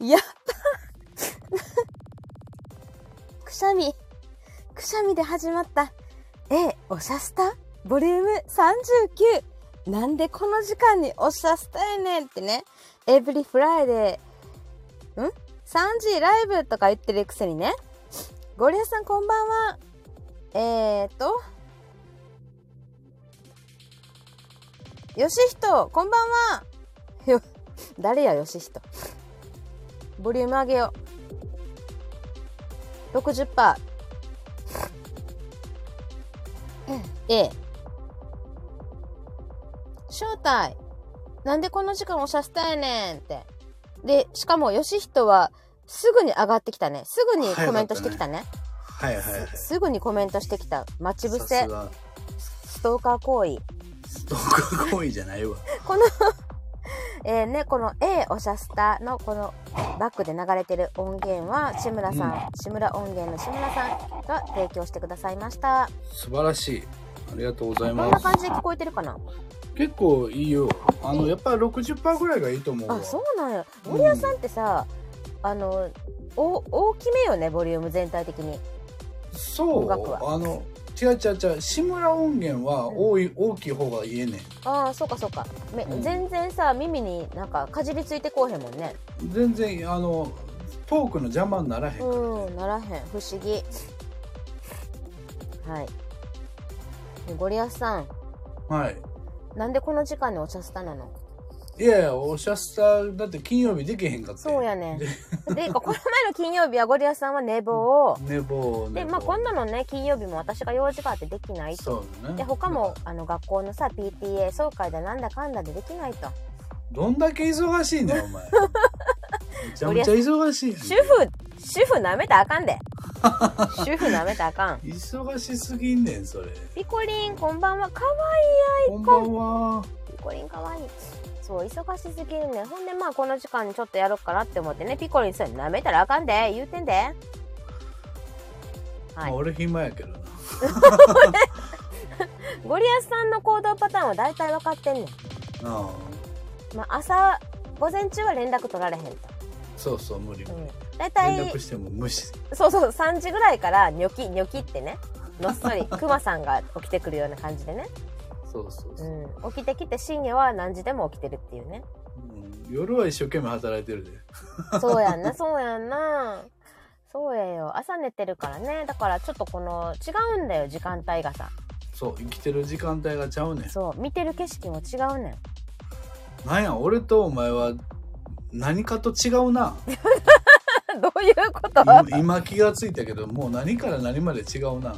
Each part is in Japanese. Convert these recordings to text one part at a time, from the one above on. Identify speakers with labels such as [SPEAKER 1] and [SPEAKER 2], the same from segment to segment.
[SPEAKER 1] やったくしゃみ。くしゃみで始まった A おしゃスタボリューム39。なんでこの時間におしゃスタやねんってね。エブリフライデー、ん ?3 時ライブとか言ってるくせにね。ゴリアスさんこんばんは。えーっと。よしひと、こんばんは。よ、誰やよしひと。ボリューム上げよう。60%。A。正体。なんでこの時間おしゃしたやねんって。で、しかも、よしひとは、すぐに上がってきたね。すぐにコメントしてきたね。
[SPEAKER 2] はいはいはい。
[SPEAKER 1] すすぐにコメントしてきた。待ち伏
[SPEAKER 2] さ
[SPEAKER 1] せ
[SPEAKER 2] す、が
[SPEAKER 1] ストーカー行為。
[SPEAKER 2] ストーカー行為じゃないわ。
[SPEAKER 1] この、えーね、この A おしゃスタのこのバックで流れてる音源は、志村さん、志村音源の志村さんが提供してくださいました。
[SPEAKER 2] 素晴らしい。ありがとうござい
[SPEAKER 1] こん
[SPEAKER 2] ま
[SPEAKER 1] な
[SPEAKER 2] す。
[SPEAKER 1] 感じで聞こえてるかな
[SPEAKER 2] 結構いいよ。あの、やっぱ60%ぐらいがいいと思うわ。
[SPEAKER 1] あそうなんや森谷さんってさ、あのお大きめよねボリューム全体的に
[SPEAKER 2] そう
[SPEAKER 1] 音楽は
[SPEAKER 2] あの違う違う違う志村音源は多い、大きい方が言えね
[SPEAKER 1] ああそうかそうかめ、
[SPEAKER 2] うん
[SPEAKER 1] 全然さ耳になんかかじりついてこうへんもんね
[SPEAKER 2] ん全然あのトークの邪魔にならへん、
[SPEAKER 1] うんならへん不思議はいでゴリアスさん
[SPEAKER 2] はい
[SPEAKER 1] なんでこの時間にお茶スタなの
[SPEAKER 2] いやいやおしゃスタだって金曜日できへんかった
[SPEAKER 1] そうやねんでこの前の金曜日はゴリアスさんは寝坊
[SPEAKER 2] 寝坊
[SPEAKER 1] で
[SPEAKER 2] 寝坊
[SPEAKER 1] まあ今度のね金曜日も私が用事があってできないと
[SPEAKER 2] そうね
[SPEAKER 1] で他もあの学校のさ PTA 総会だなんだかんだでできないと
[SPEAKER 2] どんだけ忙しいねん お前めちゃめちゃ忙しいやん
[SPEAKER 1] 主婦主婦なめたらあかんで主婦なめたらあかん
[SPEAKER 2] 忙しすぎんねんそれ
[SPEAKER 1] ピコリンこんばんはかわいいア
[SPEAKER 2] こ
[SPEAKER 1] イ
[SPEAKER 2] んば
[SPEAKER 1] コン
[SPEAKER 2] んは
[SPEAKER 1] ピコリンかわいいそう忙しすぎるねほんでまあこの時間にちょっとやろうかなって思ってねピコリンそれなめたらあかんで言うてんではい
[SPEAKER 2] まあ俺暇やけどな
[SPEAKER 1] ゴリアスさんの行動パターンは大体分かってんねん、
[SPEAKER 2] ああ
[SPEAKER 1] まあ、朝午前中は連絡取られへんと、
[SPEAKER 2] そうそう無理
[SPEAKER 1] う
[SPEAKER 2] 無理、
[SPEAKER 1] ん、大
[SPEAKER 2] 連
[SPEAKER 1] 体
[SPEAKER 2] 絡しても無視
[SPEAKER 1] そうそう、3時ぐらいから、ニョキ、ニョキってね、のっそり、クマさんが起きてくるような感じでね。
[SPEAKER 2] そうそうそう、
[SPEAKER 1] うん。起きてきて、深夜は何時でも起きてるっていうね。
[SPEAKER 2] うん夜は一生懸命働いてるで
[SPEAKER 1] そうやんな、そうやんな。そうやよ。朝寝てるからね。だからちょっとこの、違うんだよ、時間帯がさ。
[SPEAKER 2] そう生きてる時間帯がちゃうねん
[SPEAKER 1] そう、見てる景色も違うねん。
[SPEAKER 2] なんや俺とお前は何かと違うな
[SPEAKER 1] どういうこと
[SPEAKER 2] 今今気がついたけどもう何から何まで違うな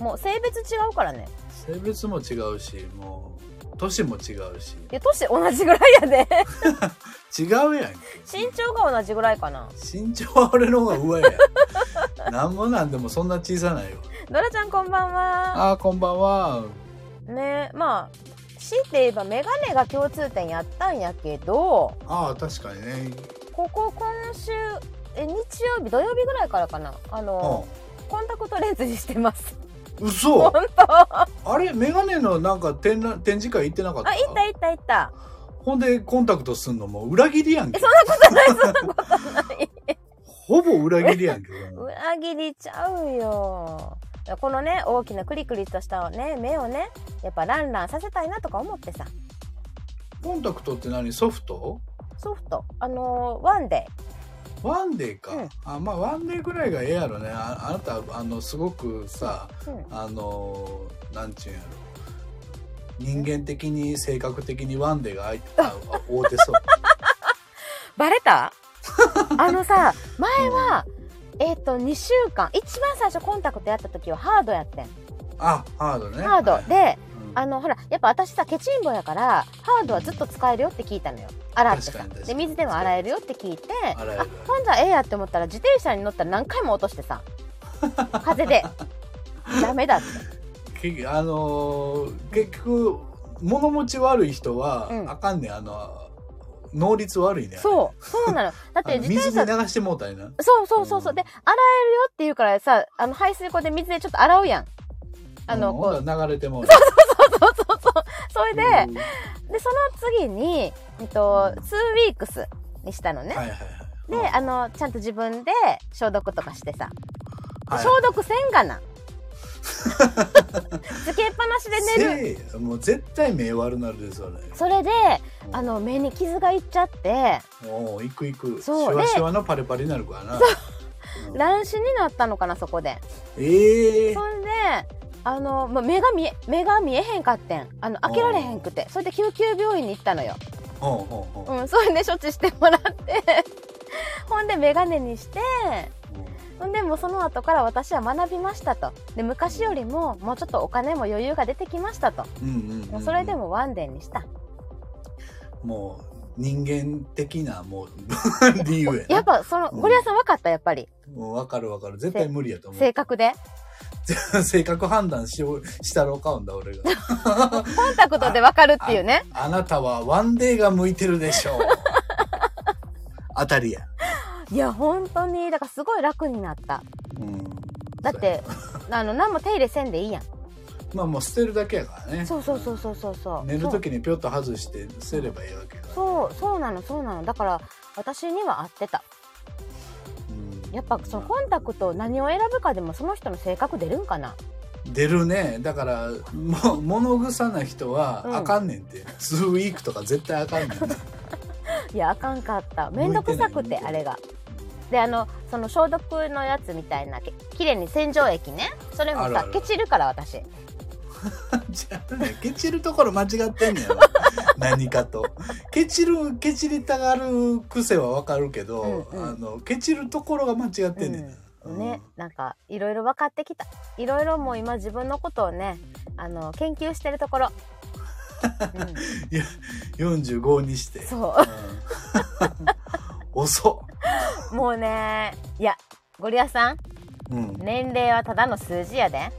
[SPEAKER 1] もう性別違うからね。
[SPEAKER 2] 性別も違うしもう年も違うし
[SPEAKER 1] いや、年同じぐらいやで。
[SPEAKER 2] 違うやん
[SPEAKER 1] 身長が同じぐらいかな。
[SPEAKER 2] 身長は俺の方が上や なんもなんでもそんな小さないわ
[SPEAKER 1] ドラちゃんこんばんは。
[SPEAKER 2] あーこんばんは
[SPEAKER 1] ねまあ強いて言えばメガネが共通点やったんやけど
[SPEAKER 2] ああ確かにね
[SPEAKER 1] ここ今週え日曜日土曜日ぐらいからかなあの、コンタクトレンズにしてます
[SPEAKER 2] うん嘘
[SPEAKER 1] 本当あ
[SPEAKER 2] あれメガネのなんか展覧展示会行ってなかった
[SPEAKER 1] いったいったいった
[SPEAKER 2] ほんでコンタクトすんのもう裏切りやんけ。そんなことない、そんなことない。ほぼ裏切りや んけ。
[SPEAKER 1] 裏切りちゃうよこのね大きなクリクリとしたね目をねやっぱランランさせたいなとか思ってさ
[SPEAKER 2] コンタクトって何ソフト
[SPEAKER 1] ソフトあのワンデ
[SPEAKER 2] ワンデーか。
[SPEAKER 1] うん
[SPEAKER 2] あまあワンデーぐらいがええやろね。ああなた、あの、すごくさ、
[SPEAKER 1] ー、うん
[SPEAKER 2] あの、なんちゅうんやろ。人間的に性格的にワンデーが相手あ合うて そう。
[SPEAKER 1] バレ たあのさ前は、えっ、と2週間一番最初コンタクトやった時はハードやってん
[SPEAKER 2] あ、ハードね。
[SPEAKER 1] ハー
[SPEAKER 2] は
[SPEAKER 1] ド
[SPEAKER 2] い、
[SPEAKER 1] で
[SPEAKER 2] うん
[SPEAKER 1] あのほらやっぱ私さケチンボやからハードはずっと使えるよって聞いたのよ洗って
[SPEAKER 2] 確か
[SPEAKER 1] さ
[SPEAKER 2] に確か
[SPEAKER 1] で
[SPEAKER 2] に
[SPEAKER 1] 水でも洗えるよって聞いてあ
[SPEAKER 2] 洗える
[SPEAKER 1] ほんじゃええやって思ったら自転車に乗ったら何回も落として さ風でダメだって
[SPEAKER 2] きあのー結局物持ち悪い人は、
[SPEAKER 1] うん
[SPEAKER 2] あかんねんあの能率悪いね
[SPEAKER 1] そうそうなのだっ
[SPEAKER 2] あ
[SPEAKER 1] て
[SPEAKER 2] の
[SPEAKER 1] 自
[SPEAKER 2] 水
[SPEAKER 1] 転
[SPEAKER 2] で
[SPEAKER 1] 車
[SPEAKER 2] 流してもうたりな
[SPEAKER 1] そうそうそうそう
[SPEAKER 2] うん
[SPEAKER 1] で洗えるよって言うからさあの排水口で水でちょっと洗うやんあの
[SPEAKER 2] うん
[SPEAKER 1] こう
[SPEAKER 2] ほんなら流れてもう
[SPEAKER 1] そうそうそう。それで、
[SPEAKER 2] うん
[SPEAKER 1] で、その次に、えっと、2ウィークスにしたのね。
[SPEAKER 2] はいはいはい
[SPEAKER 1] で、
[SPEAKER 2] うん
[SPEAKER 1] あのちゃんと自分で消毒とかしてさ、
[SPEAKER 2] はい
[SPEAKER 1] 消毒せんが なつけっぱなしで寝る
[SPEAKER 2] せえもう絶対目悪なるですよね
[SPEAKER 1] それで
[SPEAKER 2] うん
[SPEAKER 1] あの目に傷がいっちゃって
[SPEAKER 2] もういくいくシ
[SPEAKER 1] そう
[SPEAKER 2] ワ
[SPEAKER 1] で
[SPEAKER 2] シワのパリパリになるからなうん
[SPEAKER 1] 乱視になったのかなそこで
[SPEAKER 2] ええ
[SPEAKER 1] そんであの、まあ、目が見え目が見えへんかってんあの開けられへんくてそれで救急病院に行ったのよ、
[SPEAKER 2] ほうほうほう
[SPEAKER 1] うん、それで処置してもらって ほんで眼鏡にしてほんでもうその後から私は学びましたとで昔よりももうちょっとお金も余裕が出てきましたと
[SPEAKER 2] うんうんうんうん
[SPEAKER 1] もうそれでもワンデーにした
[SPEAKER 2] もう人間的なもう 理由やな
[SPEAKER 1] やっぱその
[SPEAKER 2] うん
[SPEAKER 1] ゴリラさん分かったやっぱり
[SPEAKER 2] もう分かる分かる絶対無理やと思う
[SPEAKER 1] 性格で
[SPEAKER 2] 性格判断しようしたろうかんだ俺が
[SPEAKER 1] コンタクトで分かるっていうね
[SPEAKER 2] あなたはワンデーが向いてるでしょう当たりや、
[SPEAKER 1] いや本当にだからすごい楽になった
[SPEAKER 2] うん、
[SPEAKER 1] だってあの何も手入れせんでいいやん
[SPEAKER 2] まあもう捨てるだけやからね
[SPEAKER 1] そうそうそうそうそうそう
[SPEAKER 2] 寝る時にぴょっと外して捨てればいいわけだ
[SPEAKER 1] そうそうなのそうなのだから私には合ってた
[SPEAKER 2] うん
[SPEAKER 1] やっぱそのコンタクト何を選ぶかでもその人の性格出るんかな
[SPEAKER 2] 出るねだからもう物臭な人
[SPEAKER 1] うん
[SPEAKER 2] はあかんねんって、ツーウィークとか絶対あかんねん
[SPEAKER 1] いやあかんかった面倒くさく
[SPEAKER 2] 向いて
[SPEAKER 1] て
[SPEAKER 2] ない
[SPEAKER 1] あれがであのその消毒のやつみたいなききれいに洗浄液ねそれも
[SPEAKER 2] あるあ
[SPEAKER 1] さ
[SPEAKER 2] る
[SPEAKER 1] ケチるから私
[SPEAKER 2] じゃあねケチるところ間違ってん ねん何かとケチるケチりたがる癖はわかるけど、
[SPEAKER 1] うんうん
[SPEAKER 2] あのケチるところが間違ってんねん、うん
[SPEAKER 1] ねなんかいろいろ分かってきたいろいろもう今自分のことをねあの研究してると ころ、う
[SPEAKER 2] 45にして
[SPEAKER 1] ん、そ
[SPEAKER 2] うん 遅
[SPEAKER 1] うもうねいやゴリアさん
[SPEAKER 2] っ、うん
[SPEAKER 1] 年齢はただの数字やであ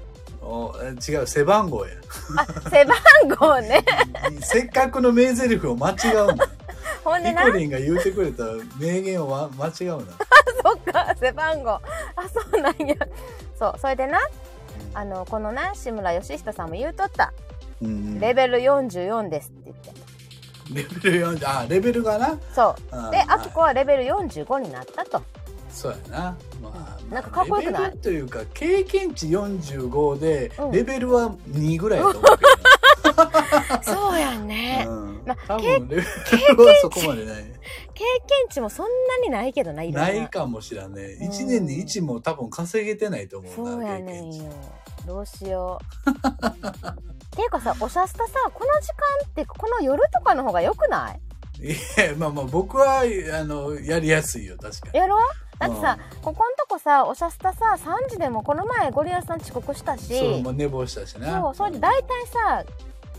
[SPEAKER 2] おえ違う背番号や
[SPEAKER 1] 背番号 ね
[SPEAKER 2] せっかくの名台詞を間違 うな
[SPEAKER 1] ほんで
[SPEAKER 2] ピ
[SPEAKER 1] な
[SPEAKER 2] コリンが言うてくれた名言をわ間違うな
[SPEAKER 1] そっか背番号あそうなんやそうそれでなあのこのな志村義人さんも言うとった
[SPEAKER 2] うんうん
[SPEAKER 1] レベル44ですって言って
[SPEAKER 2] レベル40あレベルがな
[SPEAKER 1] そううんで
[SPEAKER 2] はい
[SPEAKER 1] あきこはレベル45になったと
[SPEAKER 2] そうやな、まあ、
[SPEAKER 1] なんかかっこよくない
[SPEAKER 2] レベルというか経験値45で
[SPEAKER 1] うん
[SPEAKER 2] レベルは2ぐらいやと思うけ
[SPEAKER 1] そうやんね
[SPEAKER 2] ど、うん
[SPEAKER 1] まあ
[SPEAKER 2] 多分レベルはそこまでない
[SPEAKER 1] 経験値もそんなにないけどないろん
[SPEAKER 2] ないかもしらんね
[SPEAKER 1] うん
[SPEAKER 2] 1年に1も多分稼げてないと思うな
[SPEAKER 1] そうや
[SPEAKER 2] 経
[SPEAKER 1] ね
[SPEAKER 2] 験
[SPEAKER 1] ん
[SPEAKER 2] 値
[SPEAKER 1] よどうしよう っていうかさおしゃスタさこの時間ってこの夜とかの方がよくない
[SPEAKER 2] い やまあまあ僕はあのやりやすいよ確かに
[SPEAKER 1] やろだってさ、ここんとこさおしゃスタさ3時でもこの前ゴリラさん遅刻したし
[SPEAKER 2] それも寝坊したしな
[SPEAKER 1] そうそれで大体さ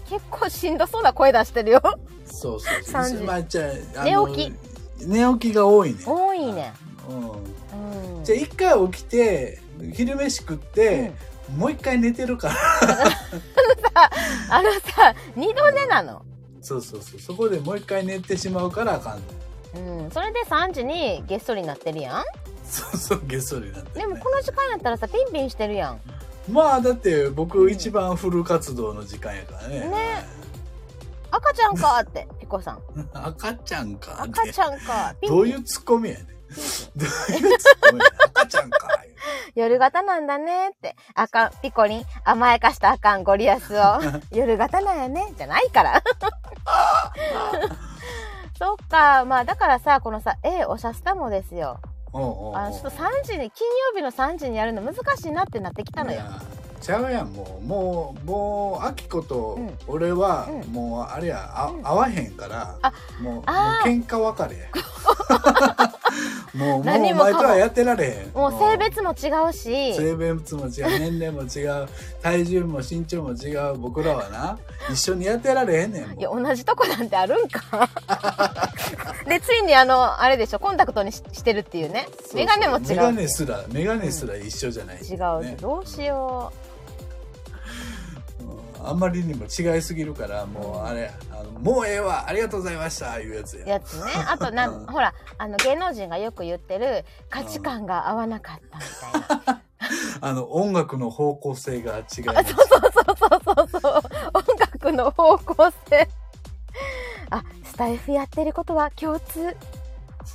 [SPEAKER 1] 結構しんどそうな声出してる よ
[SPEAKER 2] そうそうそう
[SPEAKER 1] 3時
[SPEAKER 2] まあじゃああの
[SPEAKER 1] 寝起
[SPEAKER 2] 寝起きが多いね
[SPEAKER 1] 多いね、
[SPEAKER 2] うん
[SPEAKER 1] うん、
[SPEAKER 2] じゃあ一回起きて昼飯食って、もう一回寝てるから
[SPEAKER 1] うんあのさ二度寝なの
[SPEAKER 2] そうそうそうそこでもう一回寝てしまうからあかんね
[SPEAKER 1] うん、それで3時にげっそりになってるやん
[SPEAKER 2] そうそうげっそりになって
[SPEAKER 1] で
[SPEAKER 2] る、
[SPEAKER 1] も
[SPEAKER 2] ね、
[SPEAKER 1] この時間やったらさピンピンしてるやん
[SPEAKER 2] まあだって
[SPEAKER 1] う
[SPEAKER 2] 僕
[SPEAKER 1] ん
[SPEAKER 2] 一番フル活動の時間やからね、
[SPEAKER 1] ね赤ちゃんかってピコさん
[SPEAKER 2] はい赤ちゃんか
[SPEAKER 1] 赤ちゃんかピン
[SPEAKER 2] どういうツッコミやねんどういうツッコミやねん赤ちゃんか
[SPEAKER 1] 夜型なんだねってあかんピコリン甘やかしたらあかんゴリアス を夜型なんやねじゃないからそっかまあだからさこのさええおしゃスタもですよ
[SPEAKER 2] おうおうおう
[SPEAKER 1] あちょっと3時に金曜日の3時にやるの難しいなってなってきたの
[SPEAKER 2] い
[SPEAKER 1] よ
[SPEAKER 2] やちゃうやんもうもうもうあきこと
[SPEAKER 1] うん
[SPEAKER 2] 俺は、
[SPEAKER 1] うん
[SPEAKER 2] もうあれやあ、
[SPEAKER 1] うん
[SPEAKER 2] 合わへんから
[SPEAKER 1] あ
[SPEAKER 2] もうもう
[SPEAKER 1] あー
[SPEAKER 2] 喧嘩別れや もうもう
[SPEAKER 1] 何
[SPEAKER 2] お
[SPEAKER 1] もかも
[SPEAKER 2] 前とはやってられへん
[SPEAKER 1] もう性別も違うし
[SPEAKER 2] 性別も違う年齢も違う体重も身長も違う僕らはな 一緒にやってられへんねんもう
[SPEAKER 1] いや同じとこなんてあるんか でついにあのあれでしょコンタクトにししてるっていうね
[SPEAKER 2] そうそう
[SPEAKER 1] メガネも違う
[SPEAKER 2] メガネすらメガネすら一緒じゃない、
[SPEAKER 1] 違う、
[SPEAKER 2] ね
[SPEAKER 1] どうしよ
[SPEAKER 2] うんあんまりにも違いすぎるからもうあれやあのもうええわありがとうございましたいうやつや
[SPEAKER 1] うやつねあとなんほらあの芸能人がよく言ってる価値観が合わなかったみたいな、
[SPEAKER 2] あの音楽の方向性が違いま
[SPEAKER 1] あ
[SPEAKER 2] す
[SPEAKER 1] そうそうそうそうそう音楽の方向性あスタイフやってることは共通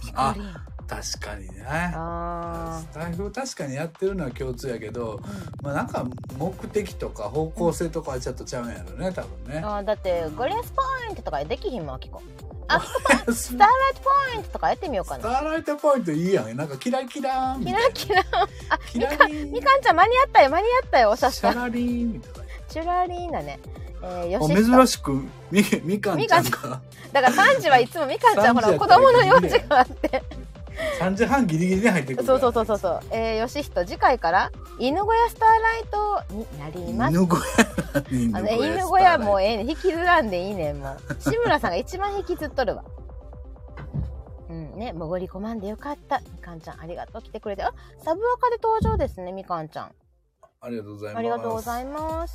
[SPEAKER 1] ピコ
[SPEAKER 2] あ
[SPEAKER 1] リン
[SPEAKER 2] 確かにね。
[SPEAKER 1] あ
[SPEAKER 2] スタイフ確かにやってるのは共通やけど、
[SPEAKER 1] ー、うん
[SPEAKER 2] まあなんか目的とか方向性とかはちょっとちゃうんやろね、多分ね。
[SPEAKER 1] あーだってグレースポイントとかできひんもんあきこあ
[SPEAKER 2] ス
[SPEAKER 1] スターライトポイントとかやってみようか
[SPEAKER 2] ス
[SPEAKER 1] な
[SPEAKER 2] ターライトポイントいいやん。なんかキラキラーみ
[SPEAKER 1] キ
[SPEAKER 2] たい
[SPEAKER 1] ラ
[SPEAKER 2] な。
[SPEAKER 1] キラあ
[SPEAKER 2] キ
[SPEAKER 1] み
[SPEAKER 2] ラ
[SPEAKER 1] かん
[SPEAKER 2] リン
[SPEAKER 1] みかんちゃん間に合ったよ間に合ったよおしゃし
[SPEAKER 2] シャ
[SPEAKER 1] た
[SPEAKER 2] ラリーンみたいな。
[SPEAKER 1] チュラリーナねえー、よ
[SPEAKER 2] あ
[SPEAKER 1] しひと
[SPEAKER 2] 珍しくみみかんちゃんが
[SPEAKER 1] だから3時はいつもみかんちゃんほら
[SPEAKER 2] 3時や
[SPEAKER 1] 子
[SPEAKER 2] ったら
[SPEAKER 1] 供の用事があって
[SPEAKER 2] 3時半ギリギリに入ってくる
[SPEAKER 1] そうそう
[SPEAKER 2] う
[SPEAKER 1] そうそうそうえー、よしひと次回から犬小屋スターライトになります
[SPEAKER 2] 犬小屋
[SPEAKER 1] あの
[SPEAKER 2] なんで
[SPEAKER 1] え犬小屋もう
[SPEAKER 2] う
[SPEAKER 1] ええねん引きずらんでいいねんもう 志村さんが一番引きずっとるわうんね潜り込まんでよかったみかんちゃんありがとう来てくれてあサブアカで登場ですねみかんちゃん
[SPEAKER 2] ありがとうございます
[SPEAKER 1] ありがとうござ
[SPEAKER 2] い
[SPEAKER 1] います
[SPEAKER 2] ま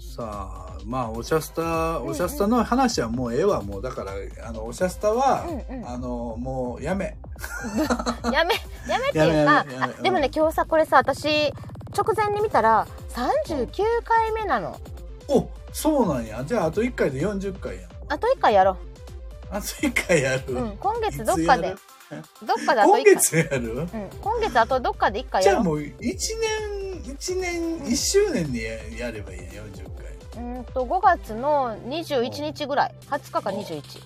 [SPEAKER 2] すさあまあおしゃスタおしゃスタの話はもうええわもうだからあのおしゃスタは、
[SPEAKER 1] うんうん
[SPEAKER 2] あのもうやめ
[SPEAKER 1] やめやめっていうか
[SPEAKER 2] やめやめやめ
[SPEAKER 1] あでもね今日さこれさ私直前に見たら39回目なの
[SPEAKER 2] おそうなんやじゃああと1回で40回やん
[SPEAKER 1] あと1回やろ
[SPEAKER 2] あと1回やる、
[SPEAKER 1] う、うん、今
[SPEAKER 2] い
[SPEAKER 1] 月
[SPEAKER 2] つ
[SPEAKER 1] どっか
[SPEAKER 2] や
[SPEAKER 1] で
[SPEAKER 2] る
[SPEAKER 1] どっかであと1
[SPEAKER 2] 今
[SPEAKER 1] 回
[SPEAKER 2] 月やる
[SPEAKER 1] うん、今月あとどっかで1回
[SPEAKER 2] じ
[SPEAKER 1] やろ
[SPEAKER 2] ゃあ
[SPEAKER 1] う
[SPEAKER 2] もう1年1年1周年でややればいいやん40回
[SPEAKER 1] うんと5月の21日ぐらい20日か21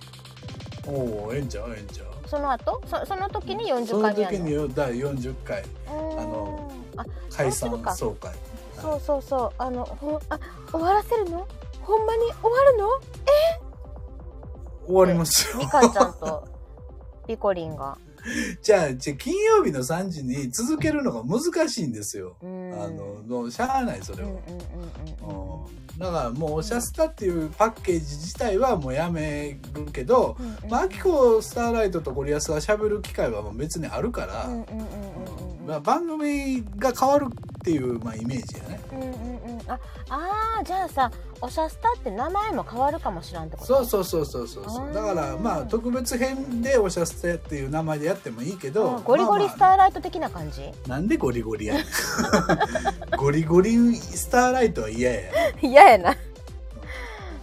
[SPEAKER 2] おおええんちゃうええんちゃう
[SPEAKER 1] その後そその時に
[SPEAKER 2] そ
[SPEAKER 1] 40
[SPEAKER 2] の
[SPEAKER 1] 回目や
[SPEAKER 2] 時
[SPEAKER 1] るの
[SPEAKER 2] によ第40回
[SPEAKER 1] うーん
[SPEAKER 2] あの
[SPEAKER 1] あ
[SPEAKER 2] 解
[SPEAKER 1] そうする
[SPEAKER 2] 散
[SPEAKER 1] か
[SPEAKER 2] 総会
[SPEAKER 1] そうそうそうあのほんあ終わらせるのほんまに終わる の
[SPEAKER 2] 終わりますよ
[SPEAKER 1] みかんちゃんとピコリンが
[SPEAKER 2] じゃあじゃあ金曜日の3時に続けるのが難しいんですよ、
[SPEAKER 1] うーん
[SPEAKER 2] あのもうしゃあないそれ
[SPEAKER 1] うん
[SPEAKER 2] は
[SPEAKER 1] うん、うんうん
[SPEAKER 2] うん、だからもう「おしゃスタ」っていうパッケージ自体はもうやめるけど、
[SPEAKER 1] うんうん
[SPEAKER 2] まあ、アキコスターライトとゴリアスがしゃべる機会はもう別にあるから、
[SPEAKER 1] うんうんうんうんうん
[SPEAKER 2] まあ、番組が変わるっていう、まあ、イメージやね
[SPEAKER 1] うんうんうんああーじゃあさ「おしゃスタ」って名前も変わるかもしらんってこと
[SPEAKER 2] そうそうそうそうそう
[SPEAKER 1] あー
[SPEAKER 2] だからまあ特別編で「おしゃスタ」っていう名前でやってもいいけど
[SPEAKER 1] あーゴリゴリ
[SPEAKER 2] まあまあ
[SPEAKER 1] スターライト的な感じ、
[SPEAKER 2] なんでゴリゴリやねんゴリゴリスターライトは嫌や
[SPEAKER 1] 嫌やな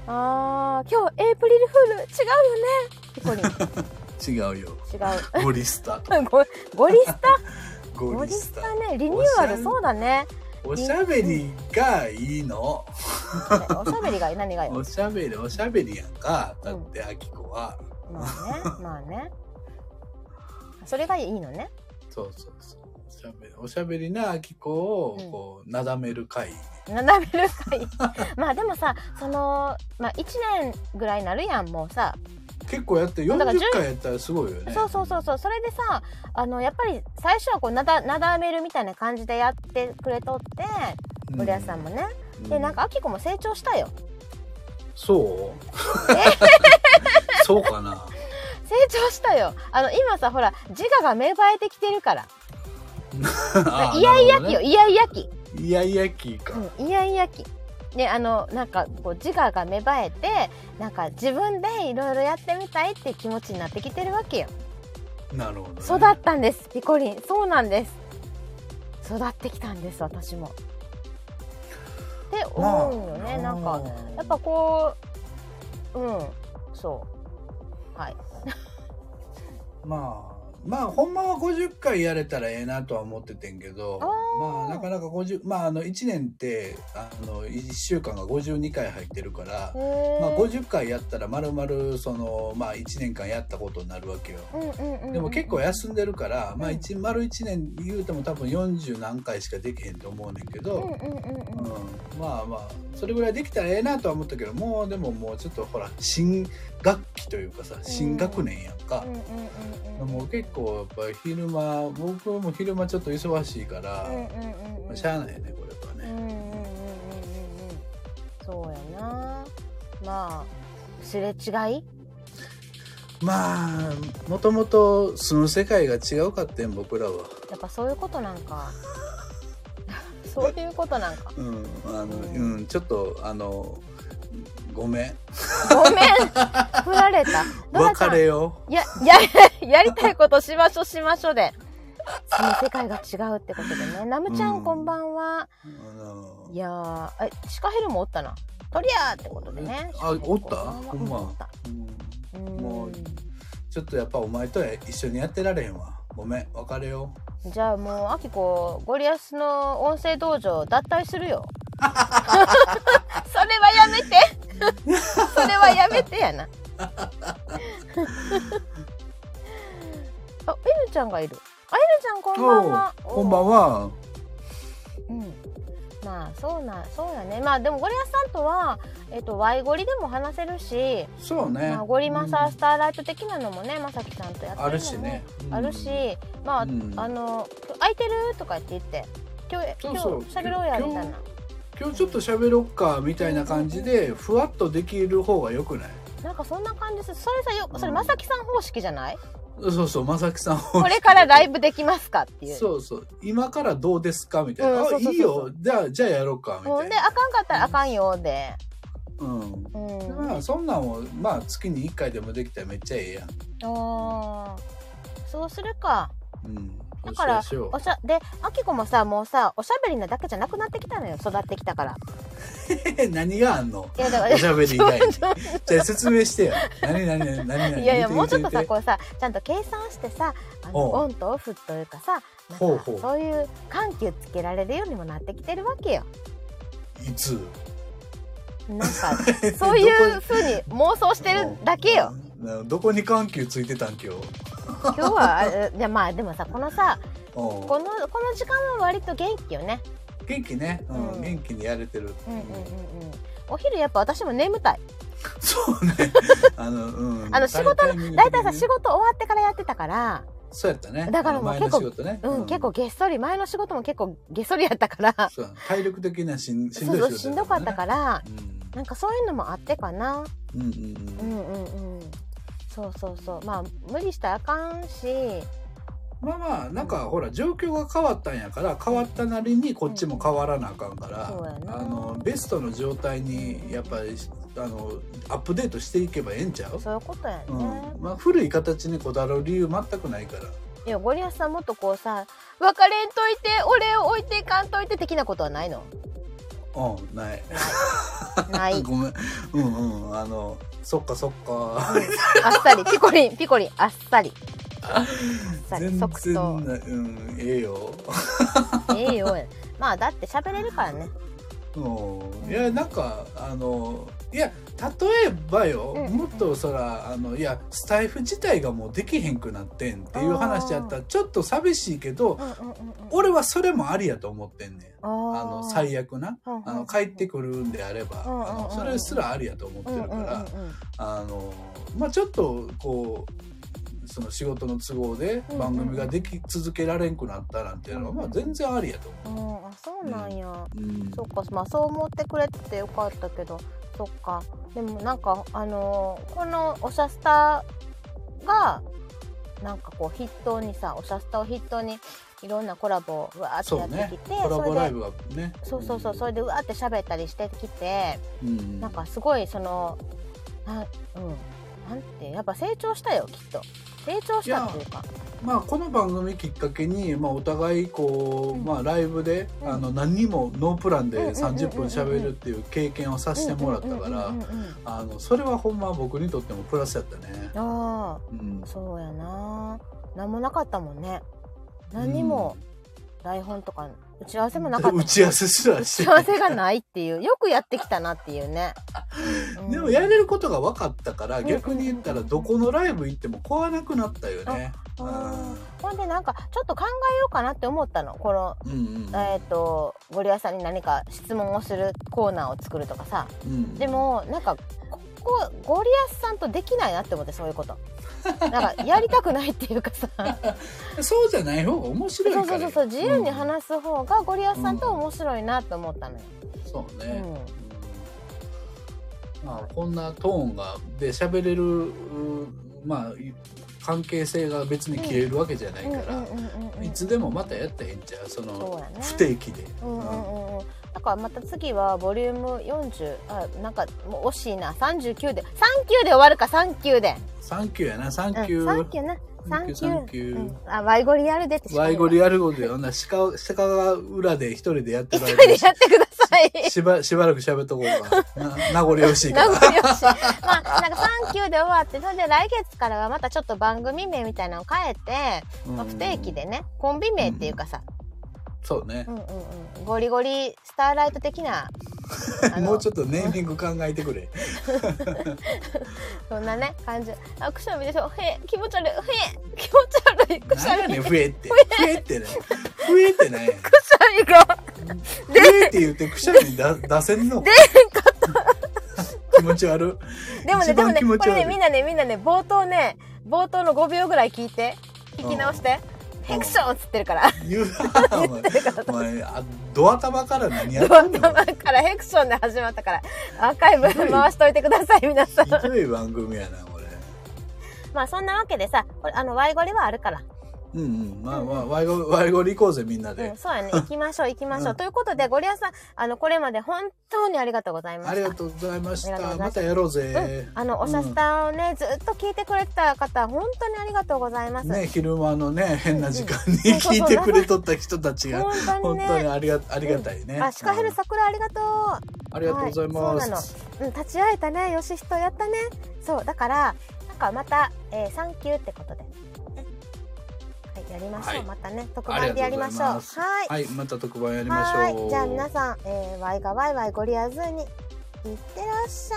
[SPEAKER 1] あー今日エイプリルフール違うよねピコリン
[SPEAKER 2] 違うよ
[SPEAKER 1] 違
[SPEAKER 2] ゴリスタと
[SPEAKER 1] う ゴゴリスタ
[SPEAKER 2] ゴ
[SPEAKER 1] ゴリ
[SPEAKER 2] リス
[SPEAKER 1] ス
[SPEAKER 2] タ
[SPEAKER 1] タねリニューアルそうだ ね
[SPEAKER 2] おしゃべりがいいの
[SPEAKER 1] おしゃべりが何がよ
[SPEAKER 2] おしゃべりおしゃべりやんかだってあきこは、
[SPEAKER 1] まあねまあねそれがいいのね
[SPEAKER 2] そうそうそうおしゃべりおしゃべりなあきこをこうなだめる会、
[SPEAKER 1] 斜めるか いまあでもさその、まあ、1年ぐらいになるやんもうさ、
[SPEAKER 2] 結構やって
[SPEAKER 1] だから
[SPEAKER 2] 40回やったらすごいよね
[SPEAKER 1] そうそうそうそうそれでさあのやっぱり最初はこうなだなだめるみたいな感じでやってくれとって
[SPEAKER 2] う
[SPEAKER 1] 森保さんもね、でなんかあきこも成長したよ
[SPEAKER 2] そう そうかな
[SPEAKER 1] 成長したよあの今さほら自我が芽生えてきてるからイヤイヤ期よイヤイヤ期
[SPEAKER 2] いやいやきか、
[SPEAKER 1] うんイヤイヤ期ねあのなんかこう自我が芽生えてなんか自分でいろいろやってみたいって気持ちになってきてるわけよ
[SPEAKER 2] なるほど、ね、
[SPEAKER 1] 育ったんですピコリンそうなんです育ってきたんです私もって思うよねなんかやっぱこううんそうはい
[SPEAKER 2] まあまあほんまは50回やれたらええなとは思っててんけど
[SPEAKER 1] あー
[SPEAKER 2] まあなかなか50まああの1年ってあの1週間が52回入ってるから、
[SPEAKER 1] へ
[SPEAKER 2] まあ、
[SPEAKER 1] え
[SPEAKER 2] 50回やったらまるまるそのまあ1年間やったことになるわけよ。
[SPEAKER 1] うんうんうんうん
[SPEAKER 2] でも結構休んでるから、まあ
[SPEAKER 1] うん
[SPEAKER 2] 一丸1年言うても多分40何回しかできへんと思うねんけど、
[SPEAKER 1] うんうんうんうん
[SPEAKER 2] うんまあまあそれぐらいできたらええなとは思ったけどもうでももうちょっとほら新学期というかさ新学年やんか
[SPEAKER 1] うん、うんうんうん
[SPEAKER 2] もう結構やっぱ昼間僕も昼間ちょっと忙しいから、
[SPEAKER 1] うんうんうんう
[SPEAKER 2] まあ
[SPEAKER 1] ん
[SPEAKER 2] しゃあないねこれは
[SPEAKER 1] うん
[SPEAKER 2] ね、
[SPEAKER 1] うんうんうんうんうんそうやなまあすれ違い
[SPEAKER 2] まあもともと住む世界が違うかってん僕らは、
[SPEAKER 1] やっぱそういうことなんかそういうことなんか
[SPEAKER 2] うんあの
[SPEAKER 1] う
[SPEAKER 2] うんんちょっとあのごめん
[SPEAKER 1] ごめん振られたドラちゃん
[SPEAKER 2] 別れよ
[SPEAKER 1] やややりたいことしましょしましょでその世界が違うってことでねナムちゃん、
[SPEAKER 2] うん
[SPEAKER 1] こんばんは
[SPEAKER 2] あの
[SPEAKER 1] いやーえシカヘルもおったなとりゃーってことでね
[SPEAKER 2] あおっ
[SPEAKER 1] シ
[SPEAKER 2] た
[SPEAKER 1] カヘルこんばんは
[SPEAKER 2] ほんま
[SPEAKER 1] おった
[SPEAKER 2] うん
[SPEAKER 1] うん
[SPEAKER 2] もうちょっとやっぱお前とは一緒にやってられへんわごめん別れよ
[SPEAKER 1] じゃあもうあきこゴリアスの音声道場脱退する よそれはやめてそれはやめてや なあエルちゃんがいるあエルちゃんこんばんは
[SPEAKER 2] おうこんばんは
[SPEAKER 1] うん、まあそうなそうやねまあでもゴリアスさんとは、えっと、ワイゴリでも話せるし、
[SPEAKER 2] そうね、
[SPEAKER 1] まあ、ゴリマサ
[SPEAKER 2] うん
[SPEAKER 1] スターライト的なのもねまさきさんとやってるのも
[SPEAKER 2] あるしね、うん
[SPEAKER 1] あるしまあ、
[SPEAKER 2] うん
[SPEAKER 1] あの「空いてる?」とかって言って「今日
[SPEAKER 2] そうそう
[SPEAKER 1] 今日しゃべろうや」みたいな
[SPEAKER 2] 今日ちょっと喋ろっかみたいな感じでふわっとできる方がよくない
[SPEAKER 1] なんかそんな感じですそれさよそれ
[SPEAKER 2] うん
[SPEAKER 1] まさきさん方式じゃない、
[SPEAKER 2] そうそうまさきさん
[SPEAKER 1] これからライブできますかっていう。
[SPEAKER 2] そうそう今からどうですかみたいな、
[SPEAKER 1] うんそ
[SPEAKER 2] あ
[SPEAKER 1] うそうそうそう
[SPEAKER 2] いいよじゃあじゃあやろうかみ
[SPEAKER 1] ほ
[SPEAKER 2] た
[SPEAKER 1] ん
[SPEAKER 2] い
[SPEAKER 1] で
[SPEAKER 2] な
[SPEAKER 1] あかんかったらあかんようで、
[SPEAKER 2] うん
[SPEAKER 1] うん、
[SPEAKER 2] まあそんなんをまあ月に1回でもできたらめっちゃええやん、
[SPEAKER 1] あーそうするか
[SPEAKER 2] うん、
[SPEAKER 1] だから
[SPEAKER 2] そうしよ
[SPEAKER 1] おしゃであきこもさもうさおしゃべりなだけじゃなくなってきたのよ育ってきたから
[SPEAKER 2] う 何があんの
[SPEAKER 1] いやだか
[SPEAKER 2] おし
[SPEAKER 1] ら
[SPEAKER 2] ゃべり以外にじゃあ説明してよ何何何何何
[SPEAKER 1] いやいやも
[SPEAKER 2] 言
[SPEAKER 1] うちょっ
[SPEAKER 2] 言
[SPEAKER 1] とさこうさちゃんと計算してさあの
[SPEAKER 2] おう
[SPEAKER 1] オンとオフというかさなん
[SPEAKER 2] ほう
[SPEAKER 1] か
[SPEAKER 2] ほう
[SPEAKER 1] そういう緩急つけられるようにもなってきてるわけよ
[SPEAKER 2] いつ
[SPEAKER 1] なん かそういうふうに妄想してるだけよ
[SPEAKER 2] うん どこに緩急ついてたん今日
[SPEAKER 1] 今日はあれいやまあでもさこのさ
[SPEAKER 2] うん
[SPEAKER 1] このこの時間は割と元気よね
[SPEAKER 2] 元気ね、うん
[SPEAKER 1] うん
[SPEAKER 2] 元気にやれてる、
[SPEAKER 1] うんうんうんうんお昼やっぱ私も眠たい
[SPEAKER 2] そうね あの,、うん、
[SPEAKER 1] あの仕事の
[SPEAKER 2] タイミング的にね
[SPEAKER 1] 大体さ仕事終わってからやってたから
[SPEAKER 2] そうやったね
[SPEAKER 1] だからもう
[SPEAKER 2] 前の
[SPEAKER 1] 結構
[SPEAKER 2] 仕事ね
[SPEAKER 1] うん、結構げっそり前の仕事も結構げっそりやったから
[SPEAKER 2] そう体力的なしんしん
[SPEAKER 1] そ
[SPEAKER 2] ど
[SPEAKER 1] う
[SPEAKER 2] い、
[SPEAKER 1] そうしんどかったからら
[SPEAKER 2] う
[SPEAKER 1] なんかそういうのもあってかな、
[SPEAKER 2] ん、うんうん
[SPEAKER 1] う
[SPEAKER 2] うん、
[SPEAKER 1] ん、うんうんそうそうそうまあ無理したらあかんし
[SPEAKER 2] まあまあなんかほら状況が変わったんやから変わったなりにこっちも変わらなあかんから、
[SPEAKER 1] そうやな
[SPEAKER 2] あのベストの状態にやっぱりあのアップデートしていけばええんちゃう
[SPEAKER 1] そういうことやね、
[SPEAKER 2] うんまあ、古い形にこだわる理由全くないから
[SPEAKER 1] いやゴリアスさんもっとこうさ別れんといて俺を置いていかんといて的なことはないの
[SPEAKER 2] うんない
[SPEAKER 1] ない
[SPEAKER 2] ごめんうんうんあのそっかそっか
[SPEAKER 1] あっ さりピコリンピコリンあっさりあっ さり
[SPEAKER 2] 全
[SPEAKER 1] 即答
[SPEAKER 2] 然ないうんええよ
[SPEAKER 1] ええよまあだって喋れるからね
[SPEAKER 2] うんいやなんかあのいや例えばよ、
[SPEAKER 1] うん
[SPEAKER 2] もっとそらあのいやスタイフ自体がもうできへんくなってんっていう話やったらちょっと寂しいけど
[SPEAKER 1] うんうんうんうん
[SPEAKER 2] 俺はそれもありやと思ってんねん
[SPEAKER 1] あ
[SPEAKER 2] あの最悪なあの帰ってくるんであれば
[SPEAKER 1] うんうんうん
[SPEAKER 2] あのそれすらありやと思ってる
[SPEAKER 1] う
[SPEAKER 2] から
[SPEAKER 1] んうんうんうん
[SPEAKER 2] あのまあちょっとこうその仕事の都合で
[SPEAKER 1] うんうん
[SPEAKER 2] 番組ができ続けられんくなったなんていうのはまあ全然ありやと思
[SPEAKER 1] うんあそうなんや、
[SPEAKER 2] う。うん
[SPEAKER 1] そっかまあそう思ってくれててよかったけどそっかでもなんかあのーこの「おしゃスタ」がなんかこう筆頭にさ「おしゃスタ」を筆頭にいろんなコラボをわーって
[SPEAKER 2] そ
[SPEAKER 1] や
[SPEAKER 2] う
[SPEAKER 1] っ
[SPEAKER 2] ね
[SPEAKER 1] てきて、
[SPEAKER 2] コラボライ
[SPEAKER 1] で
[SPEAKER 2] ブがね
[SPEAKER 1] そうそうそうそれでうわーって喋ったりしてきて、
[SPEAKER 2] うん
[SPEAKER 1] なんかすごいそのなうんなんてやっぱ成長したよきっと成長したっていうか
[SPEAKER 2] まあこの番組きっかけに、まあ、お互いこう、
[SPEAKER 1] うん
[SPEAKER 2] まあ、ライブで、
[SPEAKER 1] うん
[SPEAKER 2] あの何にもノープラ
[SPEAKER 1] う
[SPEAKER 2] ン
[SPEAKER 1] んうん
[SPEAKER 2] で
[SPEAKER 1] うんうんうん
[SPEAKER 2] 30分喋るっていう経験をさせてもらったか
[SPEAKER 1] う
[SPEAKER 2] ら
[SPEAKER 1] んうんうんうんうん
[SPEAKER 2] あのそれはほんま僕にとってもプラスやったね。
[SPEAKER 1] ああ
[SPEAKER 2] うん、
[SPEAKER 1] そうやな何もなかったもんね何にも台本とか打ち合わせもなかったもん
[SPEAKER 2] 打ち合わせすら
[SPEAKER 1] 打
[SPEAKER 2] して
[SPEAKER 1] ち合わせがないっていうよくやってきたなっていうね、うん
[SPEAKER 2] でもやれることが分かったから
[SPEAKER 1] ん
[SPEAKER 2] 逆に言ったらどこのライブ行っても壊なくなったよね。
[SPEAKER 1] うんほんでなんかちょっと考えようかなって思ったのこの
[SPEAKER 2] うんうん
[SPEAKER 1] えっ、とゴリラさんに何か質問をするコーナーを作るとかさ
[SPEAKER 2] うん
[SPEAKER 1] でもなんかここゴリアスさんとできないなって思ってそういうことなんかやりたくないっていうかさ
[SPEAKER 2] そうじゃない方が面白いか
[SPEAKER 1] そ
[SPEAKER 2] ら
[SPEAKER 1] うそうそうそう自由に話す方がゴリアスさんと面白いなと思ったのよ、
[SPEAKER 2] うんそう
[SPEAKER 1] う
[SPEAKER 2] ね、
[SPEAKER 1] ん
[SPEAKER 2] まあ、こんなトーンがで喋れるうまあい関係性が別に消えるわけじゃないから、いつでもまたやったらいいんちゃう
[SPEAKER 1] そ
[SPEAKER 2] そ
[SPEAKER 1] う
[SPEAKER 2] の
[SPEAKER 1] やね
[SPEAKER 2] 不定期で、
[SPEAKER 1] うんうんうんうんだからまた次はボリューム40あなんかもう惜しいな39で39で終わるか39で
[SPEAKER 2] サンキューやなサン
[SPEAKER 1] うん
[SPEAKER 2] キュー、
[SPEAKER 1] 39なサンキュー。
[SPEAKER 2] サンキュー
[SPEAKER 1] うんあ、ワイゴリやるでって
[SPEAKER 2] ワイゴリ
[SPEAKER 1] や
[SPEAKER 2] やることで、あんな鹿、鹿が裏で一人でやって
[SPEAKER 1] 一
[SPEAKER 2] る
[SPEAKER 1] 人でやってくださ い。
[SPEAKER 2] しば、しばらく喋っとこうか。な名残惜しいか
[SPEAKER 1] 名
[SPEAKER 2] ら。
[SPEAKER 1] 残惜しい。まあ、なんかサンキューで終わって、それで来月からはまたちょっと番組名みたいなのを変えて、まあ、不定期で
[SPEAKER 2] ね。
[SPEAKER 1] ね、コンビ名っていうかさ、
[SPEAKER 2] そうね
[SPEAKER 1] う。んうんうん、ゴリゴリスターライト的 な、あの
[SPEAKER 2] もうちょっとネーミング考えてくれ。
[SPEAKER 1] そんなね、感じ。あ、くしゃみでしょ。へえ、気持ち悪い。へえ、気持ち悪い。くしゃ
[SPEAKER 2] 何や
[SPEAKER 1] み。
[SPEAKER 2] ね
[SPEAKER 1] く
[SPEAKER 2] ん、
[SPEAKER 1] し
[SPEAKER 2] 増えって。増えってね。増えってね。
[SPEAKER 1] ゃみが
[SPEAKER 2] 増えって言ってくしゃみだ出せんの出気持ち悪
[SPEAKER 1] でもね、
[SPEAKER 2] 一
[SPEAKER 1] でも
[SPEAKER 2] 番
[SPEAKER 1] ね、
[SPEAKER 2] 気持
[SPEAKER 1] こ
[SPEAKER 2] ち悪い
[SPEAKER 1] れね、みんなね、みんなね、冒頭ね、冒頭の5秒ぐらい聞いて、聞き直して、
[SPEAKER 2] うん
[SPEAKER 1] ヘクションっつってるから、
[SPEAKER 2] い。言うな、お前。お前、あドア玉から何やってんの
[SPEAKER 1] 頭からヘクションで始まったから、アーカイブ回しといてください、皆さん。
[SPEAKER 2] ひどい番組やな、これ。
[SPEAKER 1] まあ、そんなわけでさ、これ、あの、ワイゴリはあるから。
[SPEAKER 2] うんうん。まあまあ、ワイゴワイゴリ行こうぜ、みんな
[SPEAKER 1] う
[SPEAKER 2] で
[SPEAKER 1] ん、。そうやね。行きましょう、行きましょう。
[SPEAKER 2] うん
[SPEAKER 1] ということで、ゴリアさん、あの、これまで本当にありがとうございました。
[SPEAKER 2] ありがとうございまし
[SPEAKER 1] ありがと
[SPEAKER 2] た。
[SPEAKER 1] うございま
[SPEAKER 2] ま
[SPEAKER 1] した
[SPEAKER 2] たやろう
[SPEAKER 1] うん
[SPEAKER 2] ぜ、。
[SPEAKER 1] あの、おしゃスタをね、ずっと聞いてくれてた方、本当にありがとうございます。
[SPEAKER 2] ね、昼間のね、変な時間に
[SPEAKER 1] うんそうそう
[SPEAKER 2] 聞いてくれとった人たちが、
[SPEAKER 1] 本当に
[SPEAKER 2] 本
[SPEAKER 1] ね。
[SPEAKER 2] 当にありが、ありがたいね。
[SPEAKER 1] あ、シカヘル桜ありがとう。
[SPEAKER 2] ありがとうございま
[SPEAKER 1] はい
[SPEAKER 2] す。
[SPEAKER 1] うん、立ち会えたね、よしひとやったね。そう、だから、なんかまた、えー、サンキューってことで。はい、やりましょう。
[SPEAKER 2] はい
[SPEAKER 1] またね、特
[SPEAKER 2] あり
[SPEAKER 1] 番で
[SPEAKER 2] がと
[SPEAKER 1] や
[SPEAKER 2] う
[SPEAKER 1] りま
[SPEAKER 2] ござい
[SPEAKER 1] しょう。は
[SPEAKER 2] ます。
[SPEAKER 1] ーい。
[SPEAKER 2] はい、また特番やりまし
[SPEAKER 1] は
[SPEAKER 2] ょ
[SPEAKER 1] ー
[SPEAKER 2] う。
[SPEAKER 1] い。じゃあ皆さん、えー、ワイがワイワイゴリアズーに、いってらっしゃ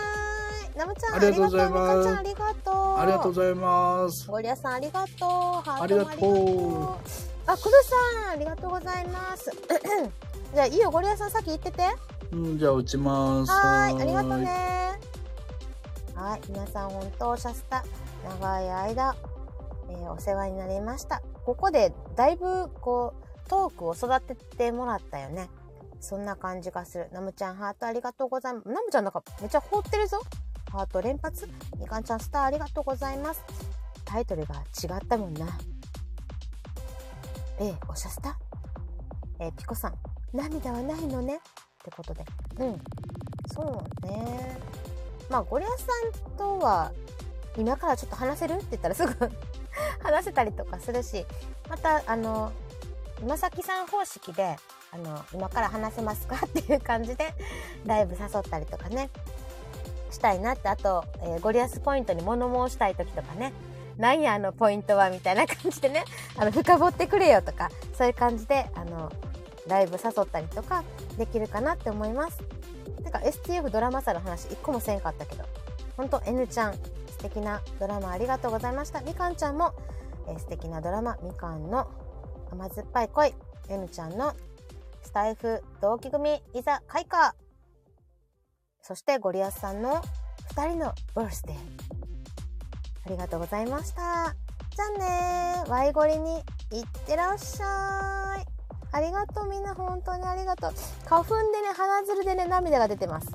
[SPEAKER 1] い。ナムちゃん、あ
[SPEAKER 2] あ
[SPEAKER 1] り
[SPEAKER 2] り
[SPEAKER 1] がと
[SPEAKER 2] がと
[SPEAKER 1] う。ミ
[SPEAKER 2] うございます
[SPEAKER 1] カちゃん、ありがとう。
[SPEAKER 2] ありがとうございます。
[SPEAKER 1] ゴリアさんありがとう。ハートもありがと
[SPEAKER 2] あり
[SPEAKER 1] う。あ、くるさんありがとうございます。 じゃあいいよゴリアさん先行ってて。は
[SPEAKER 2] うん、じゃあ落ちます。
[SPEAKER 1] ーいありがとうね。はい皆さん本当おしゃスタ長い間、えーお世話になりました。ここでだいぶこうトークを育ててもらったよね。そんな感じがする。ナムちゃんハートありがとうございます。ナムちゃんなんかめっちゃ放ってるぞ。ハート連発。みかんちゃんスターありがとうございます。タイトルが違ったもんな。ええ、おしゃスタええ、ピコさん、涙はないのねってことで。うん。そうね。まあ、ゴリアスさんとは、今からちょっと話せるって言ったらすぐ話せたりとかするし、また、あの、今崎さん方式で、あの、今から話せますかっていう感じで、ライブ誘ったりとかね、したいなって、あと、えーゴリアスポイントに物申したい時とかね、なんやあのポイントはみたいな感じでね、あの、深掘ってくれよとか、そういう感じで、あの、ライブ誘ったりとか、できるかなって思います。なんか STF ドラマ祭の話、一個もせんかったけど、ほんと N ちゃん、素敵なドラマありがとうございました。みかんちゃんも、えー素敵なドラマ、みかんの甘酸っぱい恋、N ちゃんのスタイフ同期組、いざ開花そしてゴリアスさんの2人のバースデー。ありがとうございました。じゃあねー。ワイゴリに行ってらっしゃい。ありがとうみんな本当にありがとう。花粉でね、鼻づるでね、涙が出てます。